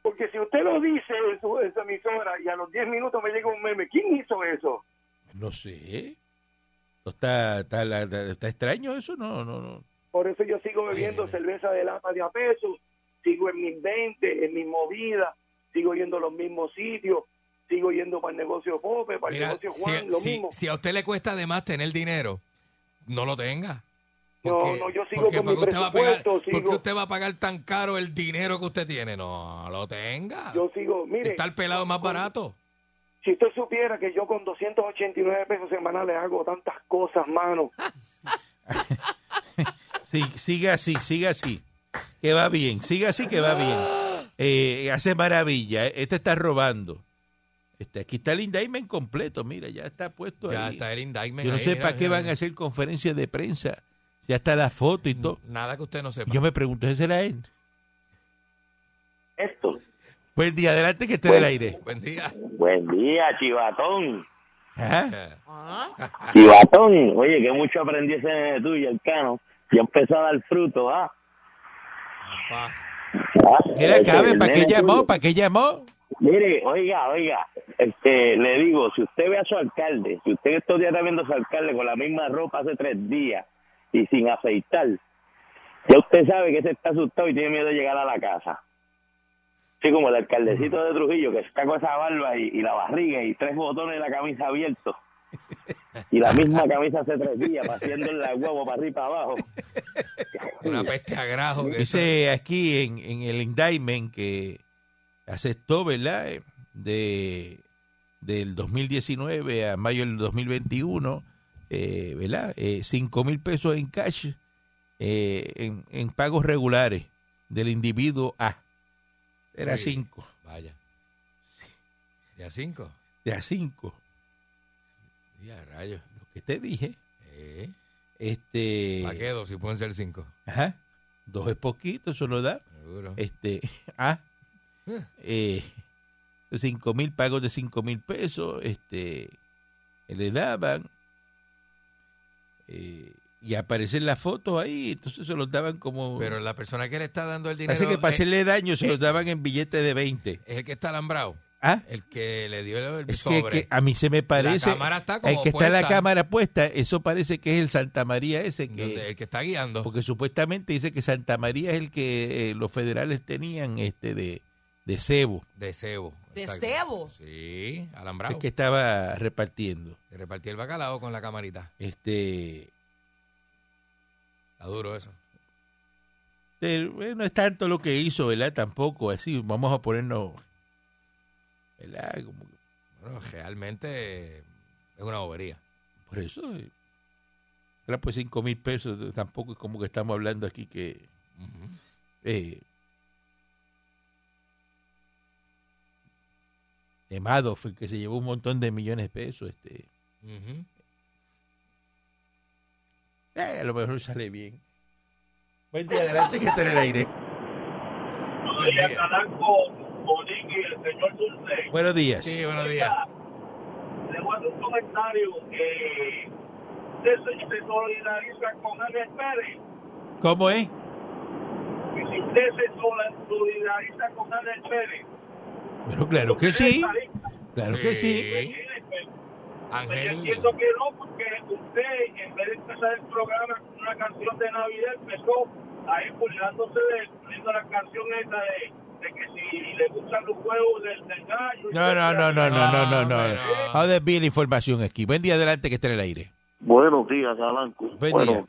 B: Porque si usted lo dice en su, en su emisora y a los 10 minutos me llega un meme, ¿quién hizo eso?
C: No sé. ¿No ¿Está, está, la- la- está extraño eso? No, no, no.
B: Por eso yo sigo bebiendo cerveza de lata de a peso, sigo en mis 20, en mis movidas, sigo yendo a los mismos sitios, sigo yendo para el negocio Pope, para el
E: Mira,
B: negocio Juan,
E: si,
B: lo
E: si-
B: mismo.
E: si a usted le cuesta además tener dinero, no lo tenga.
B: No, no, yo sigo con mi
E: usted va a pagar,
B: presupuesto,
E: ¿Por qué
B: sigo.
E: usted va a pagar tan caro el dinero que usted tiene? No, lo tenga.
B: yo sigo, mire,
E: Está el pelado más barato.
B: si usted supiera que yo con 289 pesos semanales hago tantas cosas, mano.
C: Sí, siga así, siga así. Que va bien, siga así que va bien. Eh, hace maravilla. Este está robando. Este, aquí está el indictment completo, mira, ya está puesto
E: Ya
C: ahí.
E: está el indictment.
C: Yo no
E: ahí,
C: sé
E: mira,
C: para qué
E: mira,
C: van a
E: mira.
C: hacer conferencias de prensa. Ya está la foto y todo.
E: Nada que usted no sepa.
C: Yo me pregunto, ¿ese será él?
I: Esto.
C: Buen día, Pues, adelante que esté en el
I: Bueno.
C: aire.
E: Buen día.
I: Buen día, chivatón.
C: Ajá.
E: Eh,
D: Ah,
I: Chivatón. Oye, que mucho aprendí ese nene tuyo, el cano. Ya empezó a dar fruto, ¿ah?
E: papá.
I: Ah,
C: Mira,
I: este,
C: cabe,
I: el
C: ¿para qué
I: nene
C: llamó?
I: tuyo.
C: ¿Para qué llamó?
I: Mire, oiga, oiga, este, le digo, si usted ve a su alcalde, si usted estos días está viendo a su alcalde con la misma ropa hace tres días y sin aceitar, ya usted sabe que se está asustado y tiene miedo de llegar a la casa. Sí, como el alcaldecito de Trujillo, que está con esa barba y, y la barriga y tres botones de la camisa abiertos. Y la misma camisa hace tres días, paseando en la huevo para arriba y para abajo.
E: Una peste a grajo. que eso-
C: Dice aquí en, en el indictment que aceptó, ¿verdad? Eh, De, del 2019 a mayo del 2021, eh, ¿verdad? 5 mil pesos en cash eh, en, en pagos regulares del individuo A. Era
E: Uy.
C: 5,
E: Vaya. Día 5.
C: de a 5,
E: Día rayos.
C: lo que te dije.
E: Eh,
C: Este,
E: ¿Para qué dos si pueden ser cinco?
C: ajá, dos es poquito, eso no da.
E: Seguro.
C: este a
E: Eh.
C: eh, cinco mil pagos de cinco mil pesos este le daban eh, y aparecen las fotos ahí entonces se los daban como
E: Pero la persona que le está dando el dinero
C: así que para
E: es, eh.
C: hacerle daño se los daban en billetes de 20
E: es el que está alambrado.
C: ah
E: El que le dio el
C: es que,
E: sobre.
C: que a mí se me parece
E: La cámara está como
C: el que está
E: puesta.
C: la cámara puesta eso parece que es el Santa María ese
E: Donde-
C: que
E: el que está guiando.
C: porque supuestamente dice que Santa María es el que eh, los federales tenían este de de cebo
E: De cebo.
D: ¿De
E: exacto.
D: cebo?
E: Sí, alambrado.
C: el que estaba repartiendo.
E: Le repartí el bacalao con la camarita.
C: Este,
E: Está duro eso.
C: eh, no es tanto lo que hizo, ¿verdad? Tampoco, así, vamos a ponernos, ¿verdad? Como-
E: Bueno, realmente eh, es una bobería.
C: por eso, eh, ¿verdad? pues cinco mil pesos, eh, tampoco es como que estamos hablando aquí que...
E: Ujú.
C: Eh, de Madoff, el que se llevó un montón de millones de pesos, este...
E: Ujú.
C: eh, a lo mejor sale bien. Buen día, adelante que está en el aire.
E: Buen día.
H: el señor Dulce.
C: Buenos días.
E: Sí, buenos días.
H: le voy a hacer un comentario eh, que se, se solidariza con Ángel Pérez.
C: ¿Cómo es?
H: Y si usted se sola- solidariza con Ángel Pérez,
C: Pero claro que
H: usted es
C: sí,
H: estadista.
C: claro que sí.
H: Mire, pues, pues yo
E: Ángel.
H: entiendo que no, porque usted, en vez de empezar el programa con una canción de Navidad, empezó ahí burlándose de poniendo la canción esa de, de que si le gustan los huevos del, del gallo. y
C: No, no,
H: etcétera.
C: no, no, no, no, no, no.
E: No, pero-
C: Ahora bien la información aquí. Buen día adelante que esté en el aire.
F: Buenos días, Calanco.
C: Buen
F: bueno,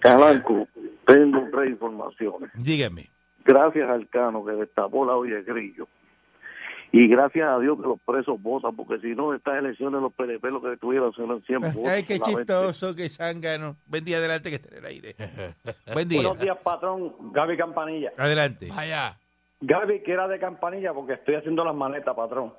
F: Calanco, tengo tres informaciones.
C: Dígame.
F: Gracias al Cano que destapó la olla de grillo. Y gracias a Dios que los presos votan, porque si no, estas elecciones los PNP lo que tuvieron serán 100 votos.
C: Ay, qué
F: solamente.
C: chistoso, qué zángano. Buen día adelante que esté en el aire. Buen día.
J: Buenos días, patrón. Gaby Campanilla.
C: Adelante.
E: Vaya.
J: Gaby, que era de Campanilla porque estoy haciendo las maletas, patrón.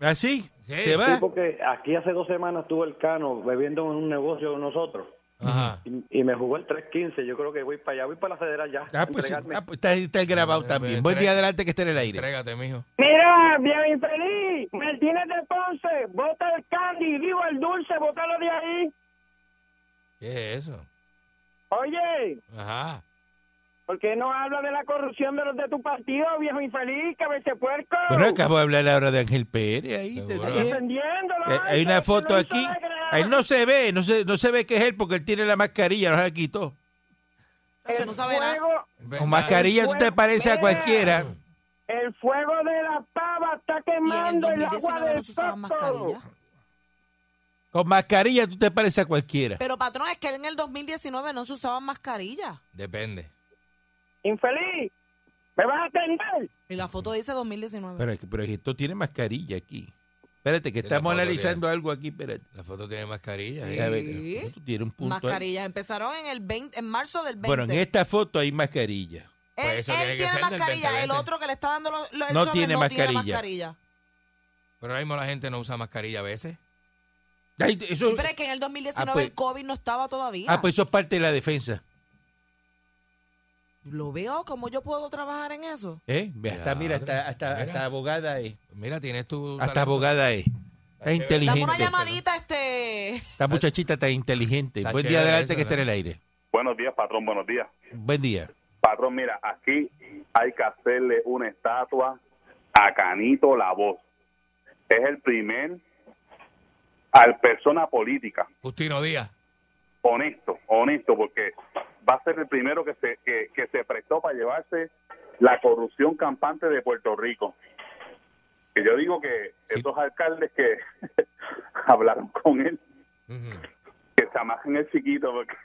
C: ¿Así?
E: Sí.
C: ¿Ah, ¿Se
J: Sí,
C: va?
J: porque aquí hace dos semanas estuvo el Cano bebiendo en un negocio de nosotros
E: Ajá.
J: y, y me jugó el 315. Yo creo que voy para allá, voy para la federal ya.
C: Ah, pues,
J: entregarme.
C: ah, pues, está, está el grabado también. Buen día adelante que esté en el aire.
E: Entrégate, mijo.
G: Mira, bien infeliz, Martínez de Ponce, bota el candy, vivo el dulce, bótalo de ahí.
E: ¿Qué es eso?
G: Oye,
E: Ajá.
G: ¿Por qué no habla de la corrupción de los de tu partido, viejo infeliz, cabeza puerco?
C: Bueno, eh, acabo de hablar ahora de Ángel Pérez. Ahí te dije.
G: Defendiéndolo,
C: Eh, Hay
G: ay,
C: una
G: pero
C: foto
G: eso no
C: aquí.
G: hizo nada.
C: Ahí no se ve, no se, no se ve que es él porque él tiene la mascarilla, no se la quitó.
D: Eso no sabe nada.
G: Fuego-
E: Pues,
C: Con
E: ah,
C: mascarilla
D: Pues,
C: tú te pareces a cualquiera.
G: El fuego de la pava está
D: Y en el
G: quemando el, agua
D: 2019 no
G: del
D: se usaban
G: soto.
D: mascarillas.
C: Con mascarilla tú te pareces a cualquiera.
D: Pero patrón, es que en el 2019 no se usaban mascarillas.
E: Depende.
G: Infeliz, ¿me vas a atender?
D: Y la foto dice 2019.
C: Pero, pero esto tiene mascarilla aquí. Espérate, que
E: Sí, la
C: estamos
E: foto
C: analizando algo aquí. Espérate.
E: La foto tiene mascarilla. ¿eh?
C: A ver, tú tienes un punto. ahí.
D: mascarillas empezaron en el 20, en marzo del 20.
C: Bueno, en este, esta foto hay mascarilla.
D: Él,
E: Pues eso
D: él
E: tiene que
D: tiene
E: ser del
D: mascarilla,
E: 2020.
D: el otro que le está dando los, los- el
C: No
D: sobre
C: tiene
D: no
C: mascarilla.
D: tiene mascarilla.
E: Pero ahora mismo la gente no usa mascarilla a veces.
C: Ay, eso-
D: Pero es que en el 2019
C: Ah, pues.
D: el COVID no estaba todavía.
C: ah, pues eso es parte de la defensa.
D: Lo veo como yo puedo trabajar en eso.
C: ¿Eh? Ve, Hasta,
E: Ya,
C: mira, hasta, hasta,
E: mira.
C: hasta abogada es.
E: Mira, tienes tu.
C: Hasta
E: talento.
C: abogada es. Está
D: Dame una
C: inteligente.
D: llamadita, este.
C: Esta muchachita está inteligente.
E: Está
C: Buen día
E: chévere
C: adelante
E: eso,
C: que está en el
E: ¿verdad?
C: aire.
K: Buenos días, patrón, buenos días.
C: Buen día.
K: Patrón, mira, aquí hay que hacerle una estatua a Canito La Voz. Es el primer al persona política,
E: Justino Díaz.
K: honesto, honesto, porque va a ser el primero que se, que, que se prestó para llevarse la corrupción campante de Puerto Rico. Que yo digo que esos alcaldes que hablaron con él, que se amajen el chiquito, porque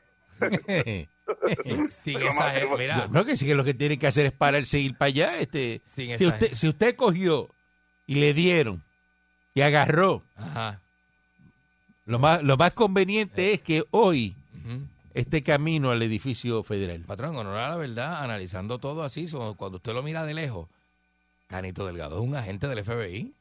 E: Sin esa gente. Mira,
C: No, que sí que lo que tiene que hacer es parar, seguir para allá. Este,
E: Sin
C: si,
E: esa
C: usted,
E: gente.
C: si usted cogió y le dieron y agarró,
E: Ajá.
C: lo más, lo más
E: Eh.
C: conveniente es que hoy
E: Ujú.
C: este camino al edificio federal.
E: Patrón, honor a la verdad, analizando todo así, so- cuando usted lo mira de lejos, Canito Delgado es un agente del FBI.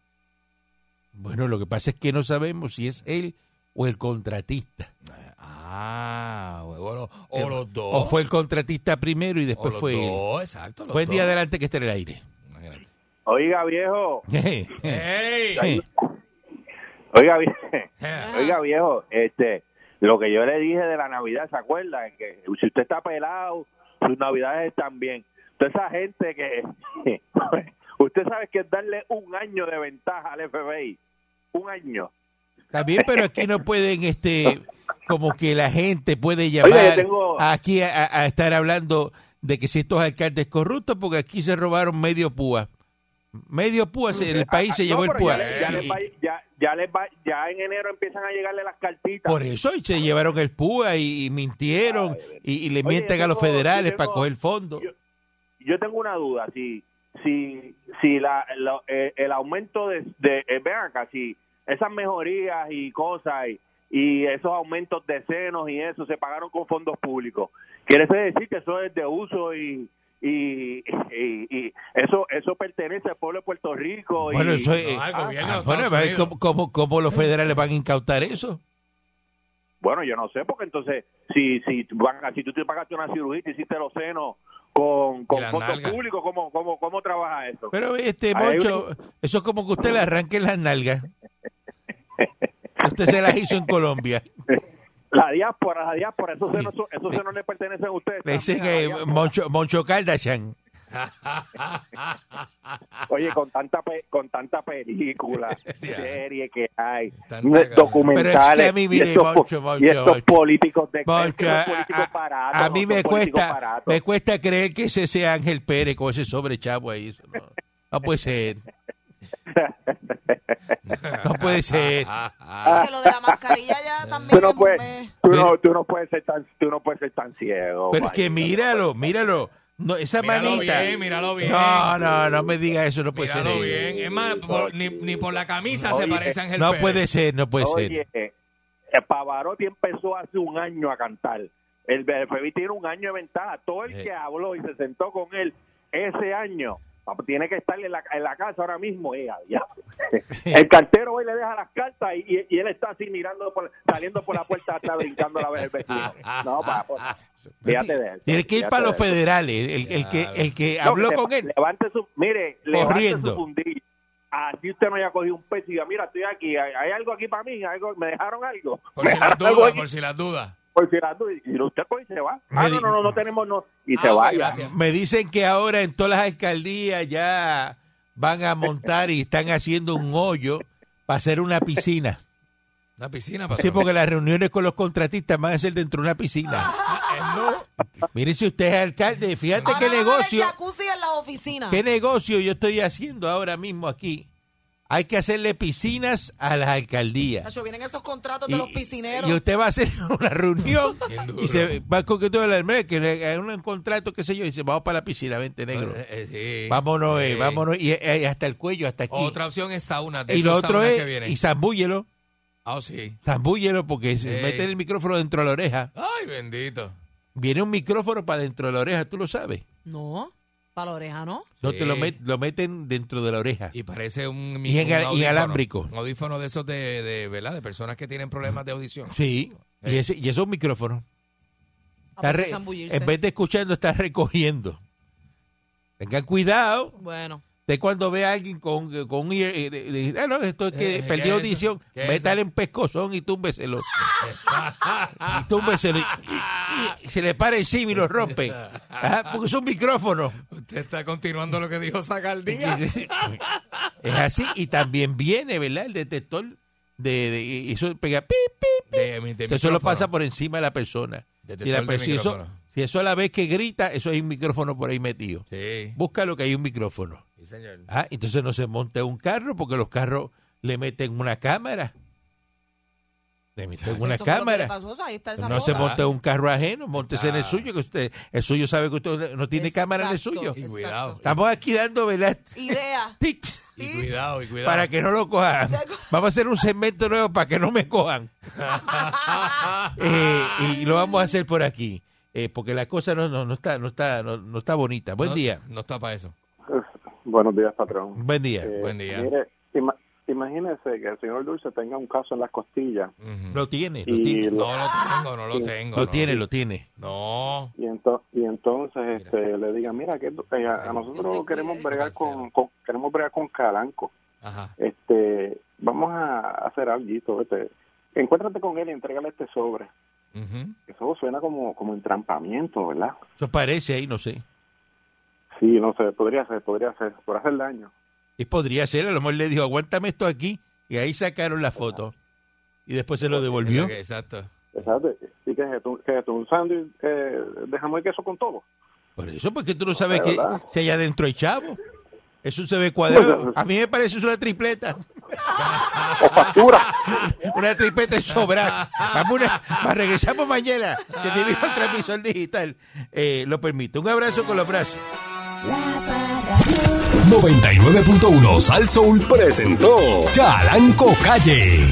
C: Bueno, lo que pasa es que no sabemos si es él o el contratista.
E: Ah, o, lo- o los dos.
C: Eh, O fue el contratista primero y después
E: Oh. O los
C: fue él.
E: dos, exacto. los
C: Buen día
E: dos.
C: adelante que esté en el aire.
E: Imagínate.
F: Oiga, viejo.
E: Eh, ¡Ey! Eh,
F: Oiga, viejo.
E: Ah,
F: Oiga, viejo, este, lo que yo le dije de la Navidad, ¿se acuerdan? Que si usted está pelado, sus Navidades están bien. Toda esa gente que... usted sabe que es darle un año de ventaja al FBI. Un año.
C: También, pero aquí no pueden, este, como que la gente puede
F: yo
C: llamar
F: tengo-
C: aquí a, a- a estar hablando de que si estos alcaldes corruptos, porque aquí se robaron medio púa. Medio púa, se- el país se
F: Ah, No,
C: llevó el
F: pero
C: púa.
F: ya, le- ya les va- ya- ya les va- ya en enero empiezan a llegarle las cartitas.
C: Por eso y se llevaron el púa y, y mintieron y, y le
F: Oye,
C: mienten a los
F: tengo-
C: federales
F: yo
C: para
F: tengo-
C: coger fondo.
F: yo- Yo tengo una duda, si si si la, la- eh, el aumento de, de eh, ven acá, si esas mejorías y cosas y, y esos aumentos de senos y eso se pagaron con fondos públicos. Quiere eso decir que eso es de uso y y, y- y eso eso pertenece al pueblo de Puerto Rico y-
C: Bueno, eso es,
E: no, al
C: ah,
E: gobierno de
C: ah, bueno,
E: Estados
C: a ver,
E: Unidos.
C: ¿cómo, cómo, cómo los federales van a incautar eso?
F: Bueno, yo no sé, porque entonces, si si van, si tú te pagaste una cirugía y te hiciste los senos con, con
E: Y las
F: fondos
E: nalgas.
F: públicos, ¿cómo, cómo, ¿cómo trabaja eso?
C: Pero este
F: Ahí hay
C: Moncho, eso es como que usted le arranque las nalgas. Usted se las hizo en Colombia.
F: La diáspora, la diáspora, esos senos, son- esos senos le pertenecen a ustedes.
C: Le dicen
F: también, a la
C: que
F: diáspora.
C: Moncho, Moncho Kardashian.
F: Oye, con tanta, pe- con tanta película, serie que hay, eh,
E: Tanta cara.
F: documentales,
C: Pero es que a mí, mire,
F: y estos, po-
C: Moncho, Moncho,
F: y estos
C: Moncho.
F: políticos de es que
C: Moncho,
F: son
C: a,
F: políticos
C: a-
F: baratos,
C: a mí
F: son
C: me
F: políticos
C: cuesta,
F: baratos.
C: me cuesta creer que ese sea Ángel Pérez con ese sobrechavo ahí. Eso no, no puede ser. No puede ser.
E: Ah,
C: Ah.
D: Que lo de la mascarilla ya también.
F: Tú no,
D: es-
C: pues,
F: puedes,
D: me-
F: tú, no, tú no puedes ser tan, tú no puedes ser tan ciego.
C: Pero es que
F: Mario.
C: míralo, míralo. No, esa
E: Míralo
C: manita.
E: bien, míralo bien.
C: No, no, no me diga eso, no puede
E: Míralo
C: ser. él.
E: bien. Es más, por- ni, ni por la camisa se
F: Oye,
E: parece a Ángel
C: No
E: Pérez.
C: puede ser, no puede ser.
F: Oye, eh, Pavarotti empezó hace un año a cantar. El BFB tiene un año de ventaja. Todo el
E: Eh.
F: que habló y se sentó con él ese año papá, tiene que estar en la, en la casa ahora mismo. eh, ya. El cartero hoy le deja las cartas y, y- y él está así mirando, por- saliendo por la puerta hasta brincando la vez el vestido. No, papá. Fíjate de él.
C: Tiene que ir
F: fíjate
C: para
F: de
C: los
F: él.
C: federales. El, el que, el que
F: No,
C: habló
F: que
C: con
F: le-
C: él.
F: Levante su, mire, levante
C: Corriendo.
F: su fundillo. Así usted no haya cogido un peso y diga, mira, estoy aquí, hay, hay algo aquí para mí, algo, me dejaron algo.
E: Por si las dudas, por si las dudas.
F: por Filardo y, y usted pues, y se va. Ah, no, no, no, no tenemos, no. Y
C: Ah,
F: se va. ya.
C: Me dicen que ahora en todas las alcaldías ya van a montar y están haciendo un hoyo para hacer una piscina.
E: Una piscina
C: Sí,
E: patrón.
C: porque las reuniones con los contratistas van a ser dentro de una piscina. Mire, si usted es alcalde, fíjate
D: Ahora
C: qué
D: van a
C: negocio,
D: hacer jacuzzi en la oficina.
C: qué negocio yo estoy haciendo ahora mismo aquí. Hay que hacerle piscinas a las alcaldías.
D: Nacho, vienen esos contratos de los piscineros.
C: Y usted va a hacer una reunión y se va con que todo el almero, que le- hay un contrato, qué sé yo, y dice, vamos para la piscina, vente negro.
E: Eh, eh, sí.
C: vámonos, eh,
E: Sí.
C: vámonos, y eh, hasta el cuello, hasta aquí.
E: Otra opción es sauna. De
C: y lo
E: esos
C: otro
E: saunas que
C: es,
E: vienen.
C: y zambúllelo,
E: Ah, sí.
C: zambúllelo, porque se
E: Sí.
C: mete el micrófono dentro de la oreja.
E: Ay, bendito.
C: Viene un micrófono para dentro de la oreja, tú lo sabes.
D: No, para la oreja, ¿no?
C: No
E: Sí.
C: te lo, met- lo meten dentro de la oreja.
E: Y parece un,
C: Y enga-
E: un audífono.
C: inalámbrico.
E: Un audífono de esos de, de, ¿verdad? De personas que tienen problemas de audición.
C: Sí, y,
E: Eh.
C: ese, y eso es un micrófono. Está re-
D: zambullirse.
C: en vez de escuchando, está recogiendo. Tengan cuidado
D: Bueno.
C: de cuando ve a alguien con, con un... ear- eh, eh, eh, ah, no, esto es que
E: Eh, ¿qué
C: perdió
E: es eso?
C: audición.
E: ¿Qué es
C: Métale en pescozón y túmbeselo. y túmbeselo. Y, y- y se le para encima y lo rompe. Ajá, porque es un micrófono.
E: Usted está continuando lo que dijo Zacardía.
C: Es así. Y también viene, ¿verdad? El detector de... de- y eso pega... pip, pip, pip.
E: De, mi- de
C: Entonces eso lo
E: micrófono.
C: pasa por encima de la persona.
E: Detector
C: Si, la
E: de
C: per- si eso,
E: micrófono.
C: si eso a la vez que grita, eso hay un micrófono por ahí metido.
E: Sí.
C: Busca lo que hay un micrófono.
E: Sí, señor.
C: Ah, entonces no se monte un carro porque los carros le meten una cámara. Le meten una
D: Eso fue lo que le
C: cámara.
D: pasó, o sea, ahí está esa
C: No se
D: boda.
C: monte un carro ajeno, montese en el
E: Ah.
C: suyo, que usted, el suyo sabe que usted no tiene cámara en el
D: Exacto,
C: suyo.
E: Y
D: exacto.
E: cuidado.
C: Estamos aquí dando, ¿verdad?
D: Idea.
C: Tips
E: Y cuidado, y cuidado.
C: para que no lo cojan. Vamos a hacer un segmento nuevo para que no me cojan. Eh, y lo vamos a hacer por aquí. eh, porque la cosa no, no, no está, no está, no, no está bonita. Buen
E: No-
C: día.
E: No está para eso.
K: Buenos días, patrón.
C: Buen día.
K: Eh,
E: Buen día.
K: Mire, ima- imagínese que el señor Dulce tenga un caso en las costillas
E: Ujú.
C: Lo tiene, lo
K: y,
C: tiene.
K: lo-
E: No lo tengo, no lo tengo.
C: Lo
E: no.
C: tiene, lo tiene.
E: No.
K: y, ento- y entonces este, le diga, mira, que eh, a, a nosotros queremos bregar con, con- queremos bregar con Calanco.
E: Ajá.
K: Este, vamos a hacer algo. Este, encuéntrate con él y entrégale este sobre.
E: Ujú.
K: Eso suena como, como entrampamiento, ¿verdad?
C: Eso parece ahí, no sé.
K: Sí, no sé, podría ser, podría ser, por hacer daño.
C: Y podría ser, a lo mejor le dijo, aguántame esto aquí. Y ahí sacaron la foto. Y después se lo devolvió.
E: Exacto.
K: Exacto. ¿Y qué es esto? ¿Qué es esto? ¿Un sándwich eh, de jamón y queso con todo?
C: Por eso, porque tú no sabes que,
K: ¿verdad?
C: que allá adentro hay chavo. Eso se ve cuadrado. A mí me parece eso una tripleta.
K: ¡O factura!
C: Una tripleta en sobra. Vamos, una- va- regresamos mañana. Que te dijo el transmisor digital. Eh, lo permite. Un abrazo con los brazos.
A: 99.1 Sal Soul presentó Calanco Calle.